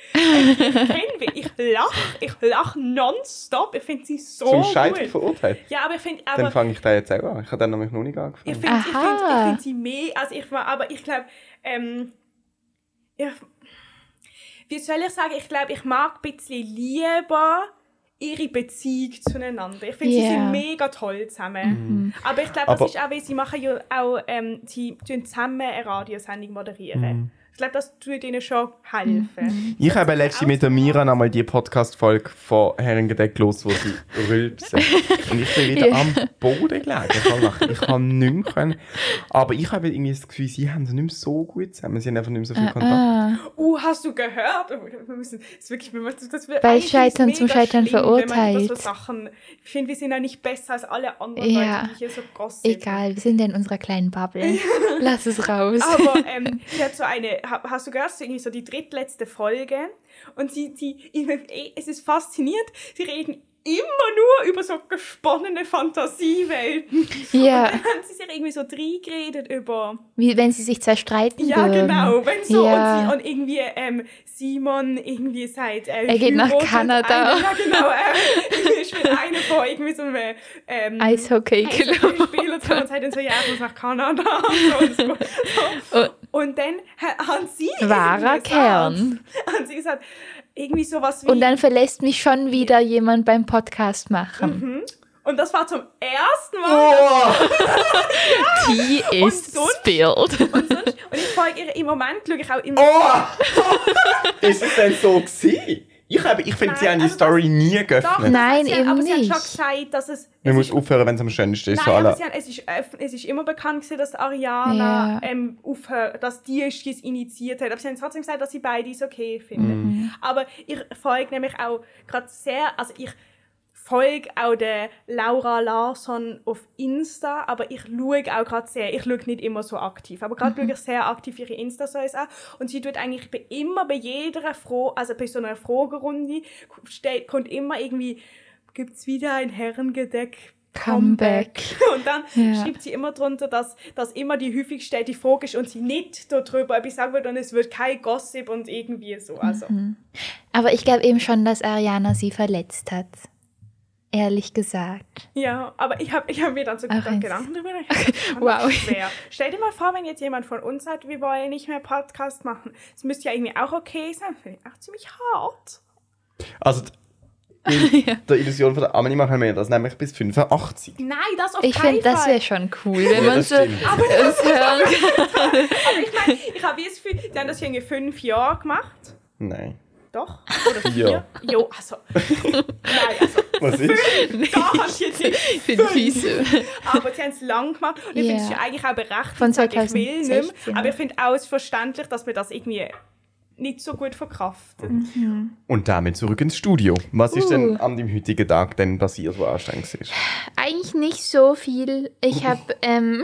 die ich kenne, weil ich lache, ich lache nonstop, ich finde sie so Zum Scheitern Oh, gut. verurteilt. Ja, aber ich finde, Dann aber fange ich da jetzt auch an. Ich habe dann nämlich noch nicht angefangen. ich finde, ich finde, ich Aha. finde sie mehr, also ich war, aber ich glaube, ähm, ich, wie soll ich sagen, ich glaube, ich mag ein bisschen lieber ihre Beziehung zueinander. Ich finde, sie Ja. sind mega toll zusammen. Mhm. Aber ich glaube, das Aber- ist auch, weil sie machen ja auch, ähm, sie tun zusammen eine Radiosendung moderieren. Ich glaube, das tut ihnen schon helfen. Ich habe letztens mit der Mira nochmal die Podcast-Folge von Herrengedeck los, wo sie <laughs> rülpsen. Und ich bin wieder Ja. am Boden gelegen. Ich habe nach- Ich habe nicht mehr können. Aber ich habe irgendwie das Gefühl, sie haben es nicht mehr so gut zusammen. Sie haben einfach nicht mehr so Äh, viel Kontakt. Ah. Uh, hast du gehört? Oh, Wir müssen, das ist wirklich, wir müssen, das wird, Bei eigentlich finde ich es Scheitern zum mega Scheitern schlimm, wenn man über so verurteilt. Sachen, ich finde, wir sind ja nicht besser als alle anderen Ja. Leute, die hier so gossipen. Egal, wir sind ja in unserer kleinen Bubble. Lass es raus. Aber ähm, ich habe so eine, ha- hast du gehört, so irgendwie so die drittletzte Folge und sie, <laughs> die, ich- es ist faszinierend, sie reden immer nur über so gesponnene Fantasiewelten. <laughs> ja, Dann haben sie sich irgendwie so reingeredet über. wie wenn sie sich zerstreiten Ja, würden. genau. Wenn so Ähm, Ja. und, sie, und irgendwie ähm, Simon irgendwie seit. Äh, Er geht nach heiratet Kanada. Eine, ja, genau. Äh, <laughs> ich bin eine von irgendwie so einem. Ähm, Eishockey, genau. Spieler zu und sagt dann so, ja, ich muss nach Kanada. <laughs> Und, so, und so. Oh. und dann ha- haben sie. Wahrer irgendwie gesagt- Kern. Haben sie gesagt, irgendwie sowas wie. Und dann verlässt mich schon wieder jemand beim Podcast machen. Mhm. und das war zum ersten Mal, Oh! <laughs> Die ist sonst- spilled. <laughs> Und, sonst, Oh. und ich folge ihr im Moment, schaue ich auch immer. Oh! Ist es denn so gewesen? Ich, habe- ich finde, sie Nein, haben die also Story nie Doch, geöffnet. Nein, sie, eben aber sie nicht. haben schon gesagt, dass es. Man es muss ist- aufhören, wenn es am schönsten ist. Nein, so aber alle. sie haben, es, ist, öff- es ist immer bekannt, gewesen, dass Ariana ähm, aufhört, dass die ist, die es initiiert hat. Aber sie haben trotzdem gesagt, dass sie beide es okay finden. Aber ich folge nämlich auch gerade sehr, also ich folge auch der Laura Larsson auf Insta, aber ich schaue auch gerade sehr, ich schaue nicht immer so aktiv, aber gerade schaue ich sehr aktiv ihre Insta-Stories an und sie tut eigentlich bei, immer bei jeder Fro also bei so einer Fragerunde, stell- kommt immer irgendwie, gibt's wieder ein Herrengedeck Comeback. <laughs> und dann Ja. schreibt sie immer drunter, dass, dass immer die häufig stellte Frage ist und sie nicht darüber etwas sagen wird und es wird kein Gossip und irgendwie so. Also, Mhm. Aber ich glaube eben schon, dass Ariana sie verletzt hat. Ehrlich gesagt. ja, aber ich habe ich hab mir dann so Ach, gedacht, eins. Gedanken darüber <laughs> gemacht. Ich fand das Wow. Schwer. Stell dir mal vor, wenn jetzt jemand von uns sagt, wir wollen nicht mehr Podcast machen. Das müsste ja irgendwie auch okay sein. Finde ich auch ziemlich hart. <laughs> Also, die, der Illusion von der Amelie machen wir das nämlich bis 85. Nein, das auf Ich keinen finde, das Fall. wäre schon cool, wenn man das so stimmt. <laughs> uns hören Aber ich meine, ich habe das Gefühl, die haben das irgendwie fünf Jahre gemacht. Nein. Doch? Oder vier? Ja. Jo, also. <laughs> Nein, also. Was ist? Da hast du jetzt nicht Ich bin fiese. Aber sie haben es lang gemacht und ich Ja. finde es ist eigentlich auch berechtigt. Von zu sagen, ich will 2016, nicht mehr. Aber ja. ich finde auch es ist verständlich, dass man das irgendwie nicht so gut verkraftet. Und damit zurück ins Studio. Was ist Uh. denn an dem heutigen Tag denn passiert, wo anstrengend ist? Eigentlich nicht so viel. Ich habe ähm,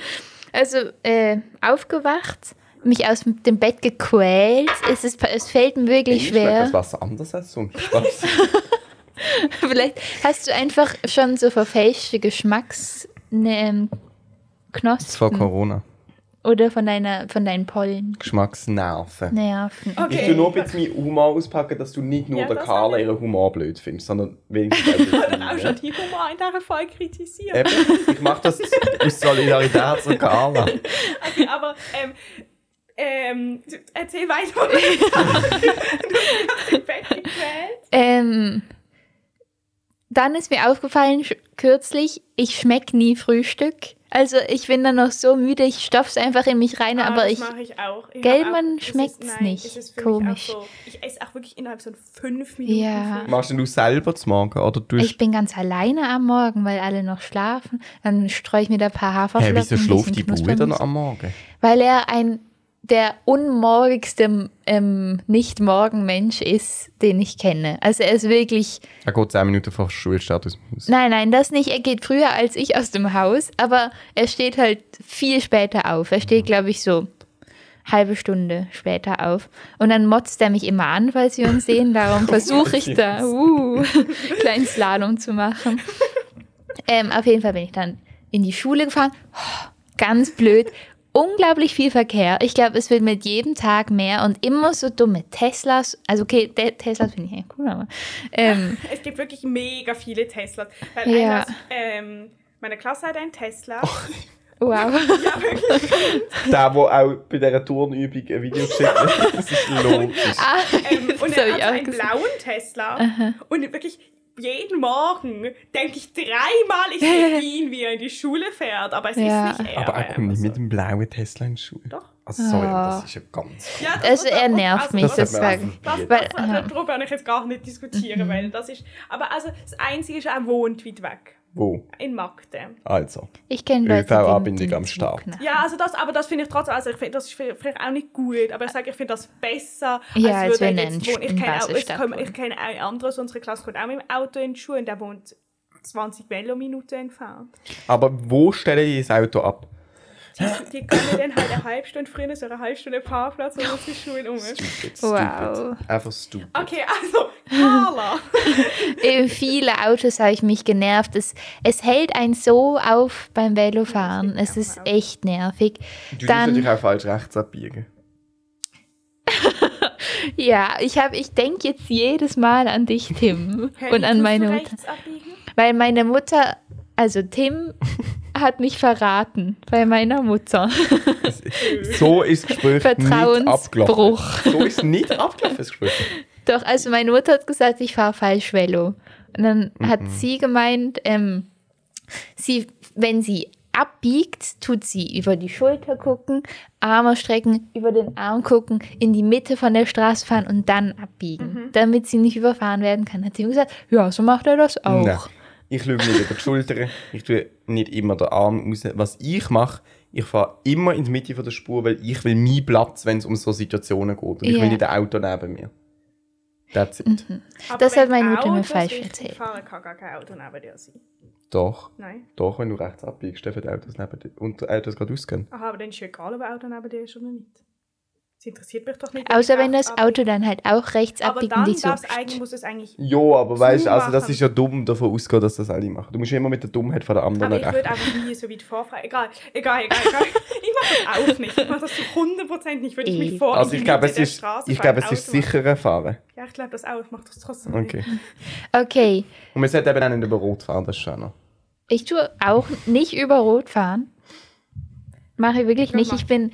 <laughs> also äh, aufgewacht, mich aus dem Bett gequält. Es, ist, es fällt mir wirklich schwer. Das war so anders als sonst. Spaß. <laughs> Vielleicht hast du einfach schon so verfälschte Geschmacksknospen ähm, Das war Knospen Corona. oder von, deiner, von deinen Pollen. Geschmacksnerven. Nerven. Ich tue nur ein bisschen meinen Humor auspacken, dass du nicht nur Ja, der das Carla habe ich- ihren Humor blöd findest, sondern wenigstens auch Ich habe auch schon die Humor in dieser Folge kritisiert. Eben, ich mache das aus Solidarität zu Carla. Okay, aber ähm, ähm, <laughs> erzähl weiter. du hast dich im Bett gequält. Ähm, dann ist mir aufgefallen sch- kürzlich, ich schmeck nie Frühstück. Also ich bin dann noch so müde, ich stopf's einfach in mich rein, Ah, aber das ich mache ich auch. Ich gell, hab auch- man es ist- schmeckt's nein, nicht. es ist für Komisch. Mich auch so, ich esse auch wirklich innerhalb von fünf Minuten. Ja. Frühstück. Machst denn du selber zu morgen? Oder tust Ich bin ganz alleine am Morgen, weil alle noch schlafen. Dann streue ich mir da ein paar Hä, Haferflocken. wieso ein schläft bisschen die Bude Knuspermus. dann am Morgen? Weil er ein der unmorgigste ähm, Nicht-Morgen-Mensch ist, den ich kenne. Also er ist wirklich, Er geht 10 Minuten vor Schulstart aus dem Haus. <laughs> nein, nein, das nicht, er geht früher als ich aus dem Haus, aber er steht halt viel später auf. Er steht, glaube ich, so halbe Stunde später auf. Und dann motzt er mich immer an, falls wir uns sehen. Darum versuche ich da, uh, <laughs> kleinen Slalom zu machen. Ähm, auf jeden Fall bin ich dann in die Schule gefahren. Oh, ganz blöd. Unglaublich viel Verkehr. Ich glaube, es wird mit jedem Tag mehr und immer so dumme Teslas. Also, okay, Te- Teslas finde ich eigentlich cool, aber. Ähm, Es gibt wirklich mega viele Teslas. Weil Ja. Oh. einer aus, ähm, meiner Klasse hat einen Tesla. wow. Ja, wirklich. Der, der auch bei dieser Turnübung ein Video geschickt hat. <laughs> Das ist logisch. <laughs> Ähm, und Das er hat hab ich so auch einen gesehen. blauen Tesla. Und wirklich jeden Morgen denke ich dreimal, ich <laughs> sehe ihn, wie er in die Schule fährt. Aber es Ja. ist nicht er. Aber er kommt nicht also- mit dem blauen Tesla in die Schule. Doch. Also, sorry, aber das Ah. ist ja ganz... Ja, das- Also, er nervt mich Das hat man sozusagen. auch Das, probiert. Weil- Mhm. das, darüber kann ich jetzt gar nicht diskutieren, weil das ist. Aber also das Einzige ist, er wohnt weit weg. Wo? In Magde. Also. Ich kenne Leute. die ÖV-Anbindung mit dem am Start. Zug nach- Ja, also das, aber das finde ich trotzdem, also ich finde, das ist vi- vielleicht auch nicht gut, aber ich sage, ich finde das besser, Ja, als er wenn er in- Ich in kenne auch, ich Basel-Stadt komm- ich wohnt. kenne einen anderen aus unserer Klasse, kommt auch mit dem Auto in die Schule und der wohnt 20 Velominuten entfernt. Aber wo stelle ich das Auto ab? Das heißt, die können dann halt eine halbe Stunde früher, so eine halbe Stunde Parkplatz und unsere Schule um. Stupid, stupid. Wow. Ah, Einfach stupid. Okay, also, <laughs> Carla. Äh, viele Autos habe ich mich genervt. Es, es hält einen so auf beim Velofahren. Ja, das Es regt ist auch auf. echt nervig. Du musst Dann, natürlich auch falsch rechts abbiegen. ja, ich habe, ich denke jetzt jedes Mal an dich, Tim, Hey, und an tust meine du Mutter, rechts abbiegen? weil meine Mutter, also Tim, hat mich verraten bei meiner Mutter. <laughs> So ist das Gespräch nicht abgelaufen. Vertrauensbruch. So ist nicht abgelaufen, das Gespräch. Doch, also meine Mutter hat gesagt, ich fahre falsch Velo. Und dann hat sie gemeint, ähm, sie, wenn sie abbiegt, tut sie über die Schulter gucken, Arme strecken, über den Arm gucken, in die Mitte von der Straße fahren und dann abbiegen, Mhm. damit sie nicht überfahren werden kann. Hat sie mir gesagt, ja, so macht er das <laughs> auch. Nein. Ich schaue nicht über die Schulter, ich tue nicht immer den Arm raus. Was ich mache, ich fahre immer in die Mitte von der Spur, weil ich will meinen Platz, wenn es um so Situationen geht. Und ich Ja. Mhm. will nicht ein Auto neben mir. That's it. Aber Das wenn hat meine die Mutter mir Autos falsch richtig erzählt. fahren, kann gar kein Auto neben dir sein. Doch, Nein. doch, wenn du rechts abbiegst, dürfen die Autos neben dir und die Autos gerade ausgehen. Aha, aber dann ist ja egal, ob ein Auto neben dir ist oder nicht. Das interessiert mich doch nicht. Außer ich wenn rechts das abbiege. Auto dann halt auch rechts Aber abbiegt und dann dich so. darf's eigentlich, muss es eigentlich. Ja, aber weißt du, also das machen. ist ja dumm, davon auszugehen, dass das alle machen. Du musst ja immer mit der Dummheit von der anderen Aber ich rechnen. würde einfach nie so weit vorfahren. Egal, egal, egal. egal. <laughs> ich mache das auch nicht. Ich mache das zu 100% nicht. Würde ich mich Eh. vor Also in ich die glaube, Mitte es der ist, Straße ich fahren, glaube, es ist Auto machen. sicherer fahren. Ja, ich glaube das auch. Ich mache das trotzdem nicht. Okay. Okay, Und wir sollten eben auch nicht über Rot fahren, das ist schon noch. ich tue auch nicht über Rot fahren. Mache ich wirklich Ja, nicht. mach Ich bin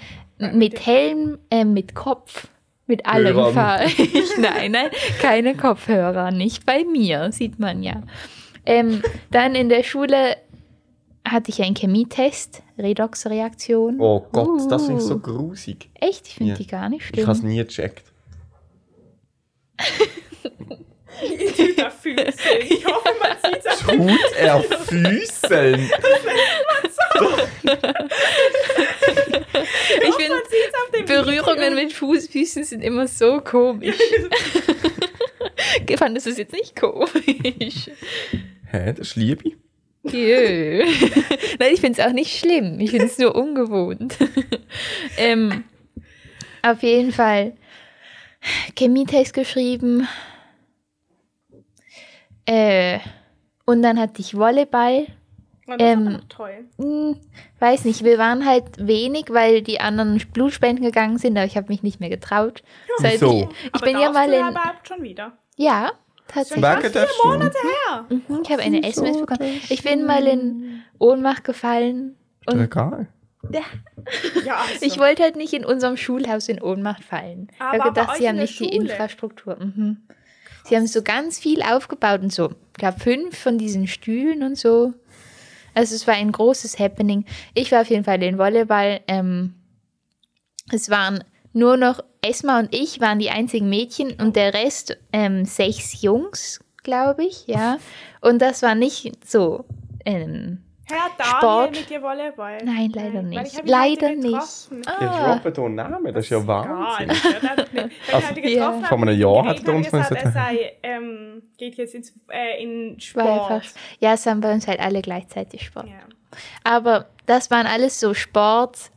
mit Helm, äh, mit Kopf, mit allem Hörern. fahre ich. <laughs> Nein, nein, keine Kopfhörer, nicht bei mir, sieht man ja. Ähm, dann in der Schule hatte ich einen Chemietest, Redoxreaktion. Oh Gott, das Uh. finde ich so grusig. Echt? Ich finde Ja. die gar nicht Ich habe es schlimm. nie gecheckt. <laughs> Ich tue da Füße. <laughs> Ich hoffe, man sieht es Tut <laughs> er Füßeln? Ich finde, auf dem Berührungen mit Fuß, Füßen sind immer so komisch. Fand es jetzt nicht komisch. Hä, das ist Liebe? Jö. <laughs> Nein, ich finde es auch nicht schlimm. Ich finde es nur ungewohnt. <laughs> ähm, auf jeden Fall Chemietest geschrieben. Äh, und dann hatte ich Volleyball. Und das Ähm, ist auch toll. Hm, weiß nicht, wir waren halt wenig, weil die anderen Blutspenden gegangen sind, aber ich habe mich nicht mehr getraut. Seit Wieso? Ich, ich Aber bin ja darfst mal du in. überhaupt schon wieder. Ja, tatsächlich. Werke darfst du? Ja. Mhm, Ich habe eine SMS bekommen. Ich bin mal in Ohnmacht gefallen. Und Egal. ja also. <laughs> Ich wollte halt nicht in unserem Schulhaus in Ohnmacht fallen. Aber ich habe bei gedacht, euch sie in haben der nicht die Schule? Infrastruktur. Mhm. Sie haben so ganz viel aufgebaut und so. Ich glaube, fünf von diesen Stühlen und so. Also es war ein großes Happening. Ich war auf jeden Fall den Volleyball. Ähm, es waren nur noch Esma und ich waren die einzigen Mädchen und der Rest ähm, sechs Jungs, glaube ich, ja. Und das war nicht so. Ähm, Herr Daniel Sport. mit dir Volleyball. Nein, leider weil nicht. ich hab ihn Leider heute nicht. getroffen. Ihr ah, droppt hier Namen, das ist ja Gar Wahnsinn. nicht. <laughs> Ja, der hat nicht- Weil ich Also, heute ja. getroffen Vor einem Jahr hat er uns gesagt, er müssen- sei, ähm, geht jetzt ins, äh, in war Sport. einfach, ja, es haben bei uns halt alle gleichzeitig Sport. Ja. Aber das waren alles so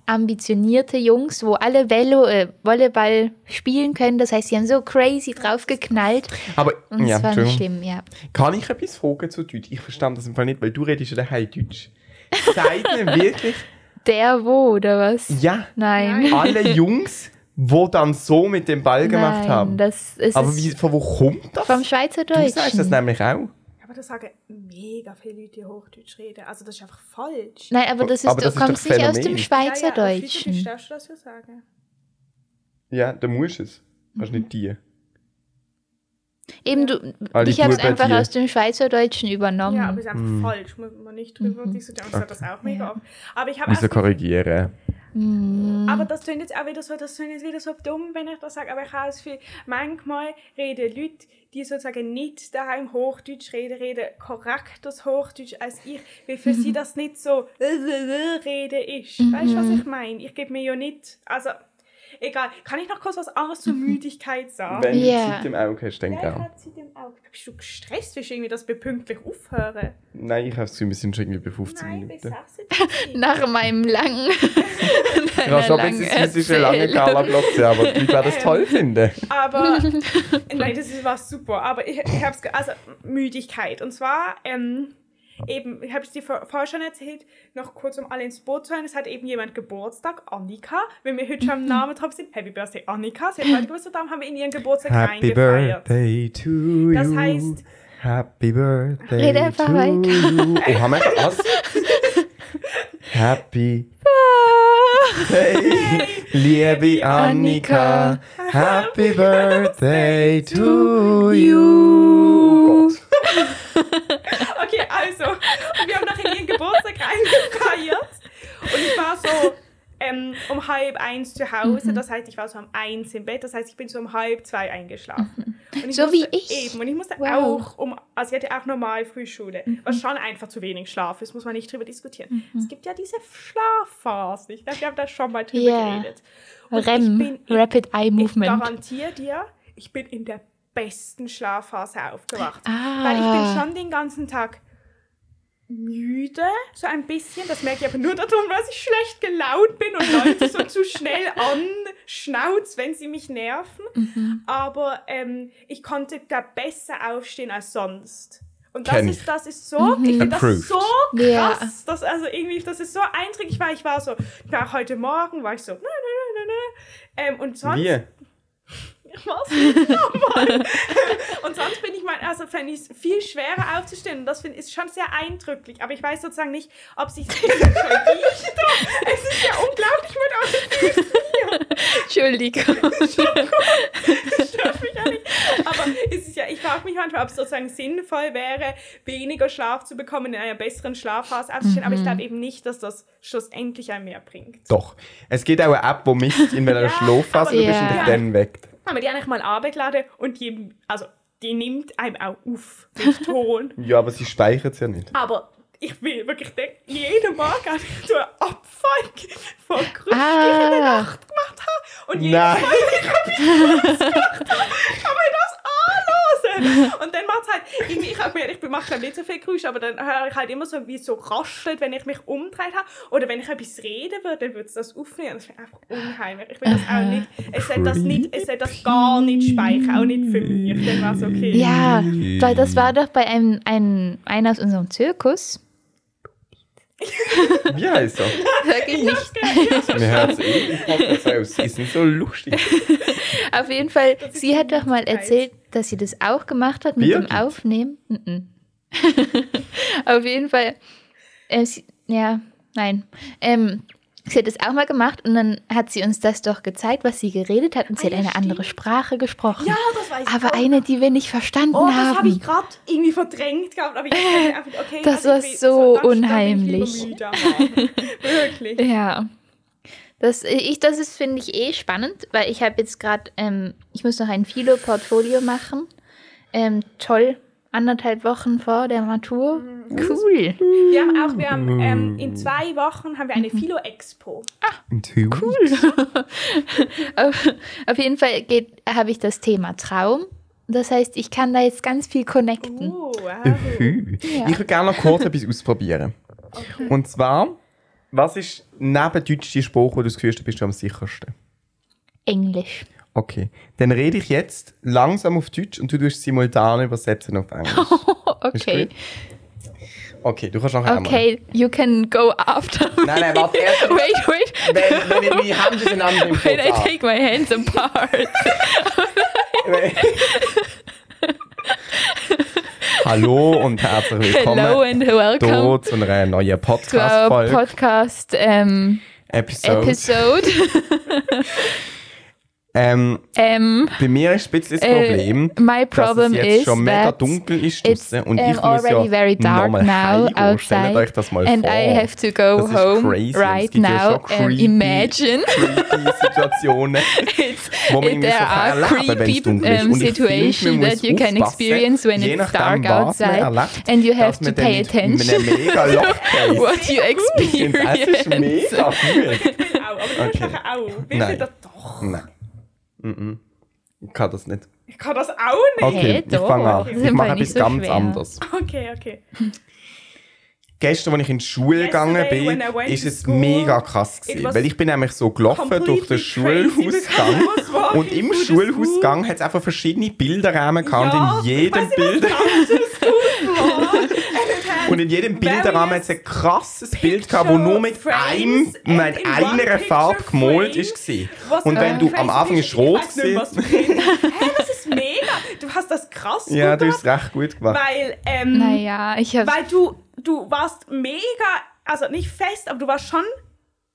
sportambitionierte Jungs, wo alle Velo, äh, Volleyball spielen können. Das heißt, sie haben so crazy draufgeknallt. Aber, Und ja, es war nicht Entschuldigung. schlimm, ja. Kann ich etwas fragen zu Deutsch? Ich verstehe das im Fall nicht, weil du redest ja daheim Deutsch. Seid ihr wirklich, Der wo, oder was? ja, <laughs> Nein. alle Jungs, die dann so mit dem Ball gemacht Nein, haben? Das ist Aber wie, von wo kommt das? vom du Schweizerdeutschen. sagst das nämlich auch. Aber das sagen mega viele Leute, die Hochdeutsch reden. Also das ist einfach falsch. Nein, aber das ist, Aber das du ist kommst doch nicht aus dem Phänomen. Schweizerdeutschen. Ja, ja, auf Schweizerdeutsch darfst du das ja sagen. Ja, dann musst du es. Kannst nicht die. Eben, du, Ah, die ich habe es Tour bei einfach dir. aus dem Schweizerdeutschen übernommen. Ja, aber ist einfach Hm. falsch. Muss man nicht drüber diskutieren. Ich sage das auch mega Mhm. Ja. oft. Aber ich habe Müssen auch korrigieren. Mm. Mhm. aber das klingt jetzt auch wieder so, das klingt jetzt wieder so dumm, wenn ich das sage, aber ich habe es viel, manchmal reden Leute, die sozusagen nicht daheim Hochdeutsch reden, reden korrektes Hochdeutsch als ich, weil für Mhm. sie das nicht so reden ist. Weißt du, was ich meine? Ich gebe mir ja nicht, also, egal. Kann ich noch kurz was anderes zur Müdigkeit sagen? Mhm. Wenn Ja. du Zeit im Auge hast, dann Nein, ich gern. habe Zeit im Auge. Bist du gestresst? Willst du irgendwie, dass wir pünktlich aufhören? Nein, ich habe es wir sind schon irgendwie bei 15 Nein, bis Minuten. <laughs> 16 Uhr. Nach meinem langen. Ja, meiner schon ein bisschen es ist ein <laughs> langer Erzählung. Karla-Block, aber die Leute werden es toll finden. Aber nein, das ist, war super. Aber ich, ich habe es also Müdigkeit. Und zwar ähm, eben, ich habe es dir vor, vorher schon erzählt, noch kurz um alle ins Boot zu hören. Es hat eben jemand Geburtstag, Annika. Wenn wir heute schon am Namen drauf sind, Happy Birthday Annika. Sie hat heute Geburtstag, darum haben wir in ihren Geburtstag Happy reingefeiert. Birthday to Das you. heißt- Happy Birthday Red einfach to weiter. you. Oh, haben wir was? Happy Ah. Birthday, liebe Annika. Happy Birthday to you. Oh Gott. Okay, also, und wir haben noch in ihren Geburtstag reingefeiert. Und ich war so ähm, um halb eins zu Mhm. Hause. Das heißt, ich war so um eins im Bett. Das heißt, ich bin so um halb zwei eingeschlafen. Und Mhm. So musste, wie ich. Eben. Und ich musste Wow. Mhm. auch um, also ich hatte auch normal Frühschule. Was schon einfach zu wenig Schlaf ist, muss man nicht drüber diskutieren. Es gibt ja diese Schlafphasen. Ich glaube, wir haben da schon mal drüber Ja. geredet. Und REM, ich bin in Rapid Eye ich Movement. garantiere dir, ich bin in der besten Schlafphase aufgewacht. Ah. Weil ich bin schon den ganzen Tag müde, so ein bisschen. Das merke ich aber nur darum, dass ich schlecht gelaunt bin und Leute so zu <laughs> schnell anschnauze, wenn sie mich nerven. Mhm. Aber ähm, ich konnte da besser aufstehen als sonst. Und das Kenn ist, ich. das ist so, ich finde das Approved. so krass. Mhm. Ja. Das, also irgendwie, das ist so einträglich, weil ich war so, ich war auch heute Morgen, war ich so, nö, nö, nö, nö, nö. Ähm, und sonst Wir. ich mach's <laughs> nicht nochmal. und sonst bin ich mal, also fände ich es viel schwerer aufzustehen. Und das find, ist schon sehr eindrücklich. Aber ich weiß sozusagen nicht, ob sich das verbiegt. Es ist ja unglaublich mit aus den Füßen. Entschuldigung. Das stört mich ja nicht. Aber es ist ja, ich frage mich manchmal, ob es sozusagen sinnvoll wäre, weniger Schlaf zu bekommen, in einer besseren Schlafphase aufzustehen. Aber ich glaube eben nicht, dass das schlussendlich einem mehr bringt. Doch. Es gibt auch eine App, die misst, in welcher Ja, Schlafphase aber- du bist und Ja. dich dann weckt. Aber die habe ich mal abgeladen und die, also, die nimmt einem auch auf, den Ton. Ja, aber sie speichert es ja nicht. Aber ich will wirklich denken, jeden Morgen habe ich so einen Abfall von Krüppchen in der <laughs> Ah, Nacht gemacht habe. Und jedes Nein. Mal, wenn ich Kaffee kann man das anhören. Und dann macht es halt, irgendwie, ich habe mir, ich mache glaub nicht so viel Geräusch, aber dann höre ich halt immer so, wie es so raschelt, wenn ich mich umgedreht habe. Oder wenn ich etwas reden würde, dann würde es das aufnehmen. Das wäre einfach unheimlich. Ich will das auch nicht, es soll das nicht, es soll das gar nicht speichern, auch nicht für mich. Dann war es okay. ja, weil das war doch bei einem, einem einer aus unserem Zirkus. Wie heißt er? <laughs> Sag ich nicht. Mir hört es eh im Podcast aus. Sie sind so lustig. Auf jeden Fall, Das ist sie hat doch mal Gemütlichkeit. erzählt, dass sie das auch gemacht hat mit dem Birgit? Aufnehmen. <laughs> Mhm. Auf jeden Fall. Äh, sie, ja, nein. Ähm, Sie hat es auch mal gemacht und dann hat sie uns das doch gezeigt, was sie geredet hat und sie Ah, ja, hat eine andere stimmt. Sprache gesprochen. Ja, das weiß ich aber auch. eine, die wir nicht verstanden Oh, das habe haben. ich gerade irgendwie verdrängt gehabt. Aber ich hab gedacht, okay, Das ich war bin- dann- dann so bin ich unheimlich. lieber müde am Abend. Wirklich. Ja. Das, äh, ich, das ist, finde ich, eh spannend, weil ich habe jetzt gerade, ähm, ich muss noch ein Philo-Portfolio machen. Ähm, toll, anderthalb Wochen vor der Matur. Mhm. Cool. Wir haben auch, wir haben Mm. ähm, in zwei Wochen haben wir Mhm. eine Philo-Expo. Und cool. Auf, auf jeden Fall geht- habe ich das Thema Traum. Das heißt, ich kann da jetzt ganz viel connecten. Oh, wow. Ich würde gerne noch kurz etwas ausprobieren. Und zwar, was ist neben Deutsch die Sprache, wo du das Gefühl hast, du bist du am sichersten? Englisch. Okay, dann rede ich jetzt langsam auf Deutsch und du tust simultan übersetzen auf Englisch. Okay. gut? Okay, du kannst nachher einmal. Okay, you can go after me. Nein, nein, warte, erst- <laughs> Wait, wait. Wenn, <laughs> wenn ich meine Hände ineinander im Wait, I Kopf take my hands apart. habe. <laughs> Hallo und herzlich willkommen Hello and welcome hier zu einer neuen to our Podcast-Folge. podcast ähm, Episode. Episode. Ähm, Ähm, bei mir ist ein bisschen das Äh, Problem, my dass problem es jetzt is schon mega that dunkel ist it's draussen ne? und ähm, ich muss already very ja dark nochmal now heim und stellt outside euch das mal and vor. I have <laughs> to go Das ist home crazy. Es right gibt ja now schon and creepy- <laughs> imagine creepy Situationen, it's, wo man irgendwie there schon are erleben wenn es creepy dunkel ist. um, Und ich finde, man situation muss that you can aufpassen, experience when je it's nachdem, dark was man outside erlebt, and you dass have to man dann pay nicht in attention einem <laughs> mega Loch to fällt. <laughs> what you Das ist experience. mega gut. <laughs> Ich bin auch, aber Okay. du kannst nachher auch. Wir Nein. sind da doch. Nein. Mhm. Ich kann das nicht. Ich kann das auch nicht. Okay, Hey, ich doch. fange an. Das ist Ich im mache Fall nicht etwas so ganz schwer. anderes. Okay, okay. Gestern, als ich in die Schule gegangen Yesterday, when I bin, went ist to es school, mega krass it gewesen, was weil ich bin nämlich so gelaufen durch completely den crazy Schulhausgang because I <laughs> was walking und im through the Schulhausgang hat es einfach verschiedene Bilderrahmen gehabt und in jedem Bild <laughs> und in jedem Bilderrahmen hat es ein krasses Bild gehabt, wo nur mit Picture einem, frames mit and in one einer picture Farbe gemalt frame ist gewesen. Was Und für wenn ein du crazy am Anfang ist Picture- Ich rot weiß nicht, was gewesen. du redest. Hä, das ist mega. Du hast das krass Ja, gut du hast gemacht, es recht gut gemacht. weil, ähm, Naja, ich Also habe weil du, du warst mega, also nicht fest, aber du warst schon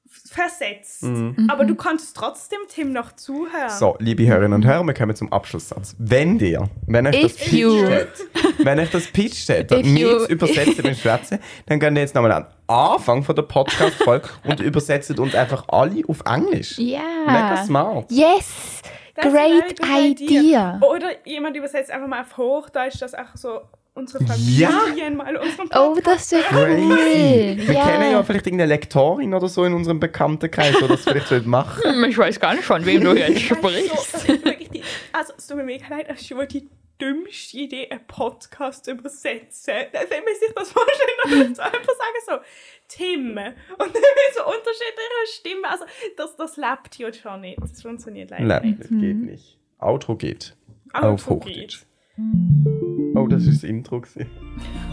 f- versetzt. Aber Mhm. du konntest trotzdem Tim noch zuhören. Mhm. So, liebe Hörerinnen und Hörer, wir kommen zum Abschlusssatz. Wenn dir, wenn euch das If you- pitcht, wenn euch das pitcht, If you- nichts übersetzen und schwätzen, dann geht ihr jetzt nochmal an den Anfang von der Podcast-Folge und übersetzt uns einfach alle auf Englisch. Ja. Mega smart. Yes! That's a very Great good idea! Oder jemand übersetzt einfach mal auf Hochdeutsch, dass auch so unsere Ja. Familien mal unseren Oh, das wäre cool! Crazy. Wir kennen ja vielleicht irgendeine Lektorin oder so in unserem Bekanntenkreis, die das vielleicht sollte machen <laughs> Ich weiß gar nicht, von wem du jetzt Also, das ist wirklich die, also es tut mir mega leid, aber es ist wohl die dümmste Idee, einen Podcast zu übersetzen. Also, Wenn man sich das vorstellt, dann würde ich einfach sagen so, Tim. Und dann mit so unterschiedlicher Stimme. Also das, das lebt ja schon nicht. Das funktioniert leider Nein, nicht. das geht nicht. Outro geht. Outro auf Hochdeutsch. geht. Oh, das ist das Intro. gewesen.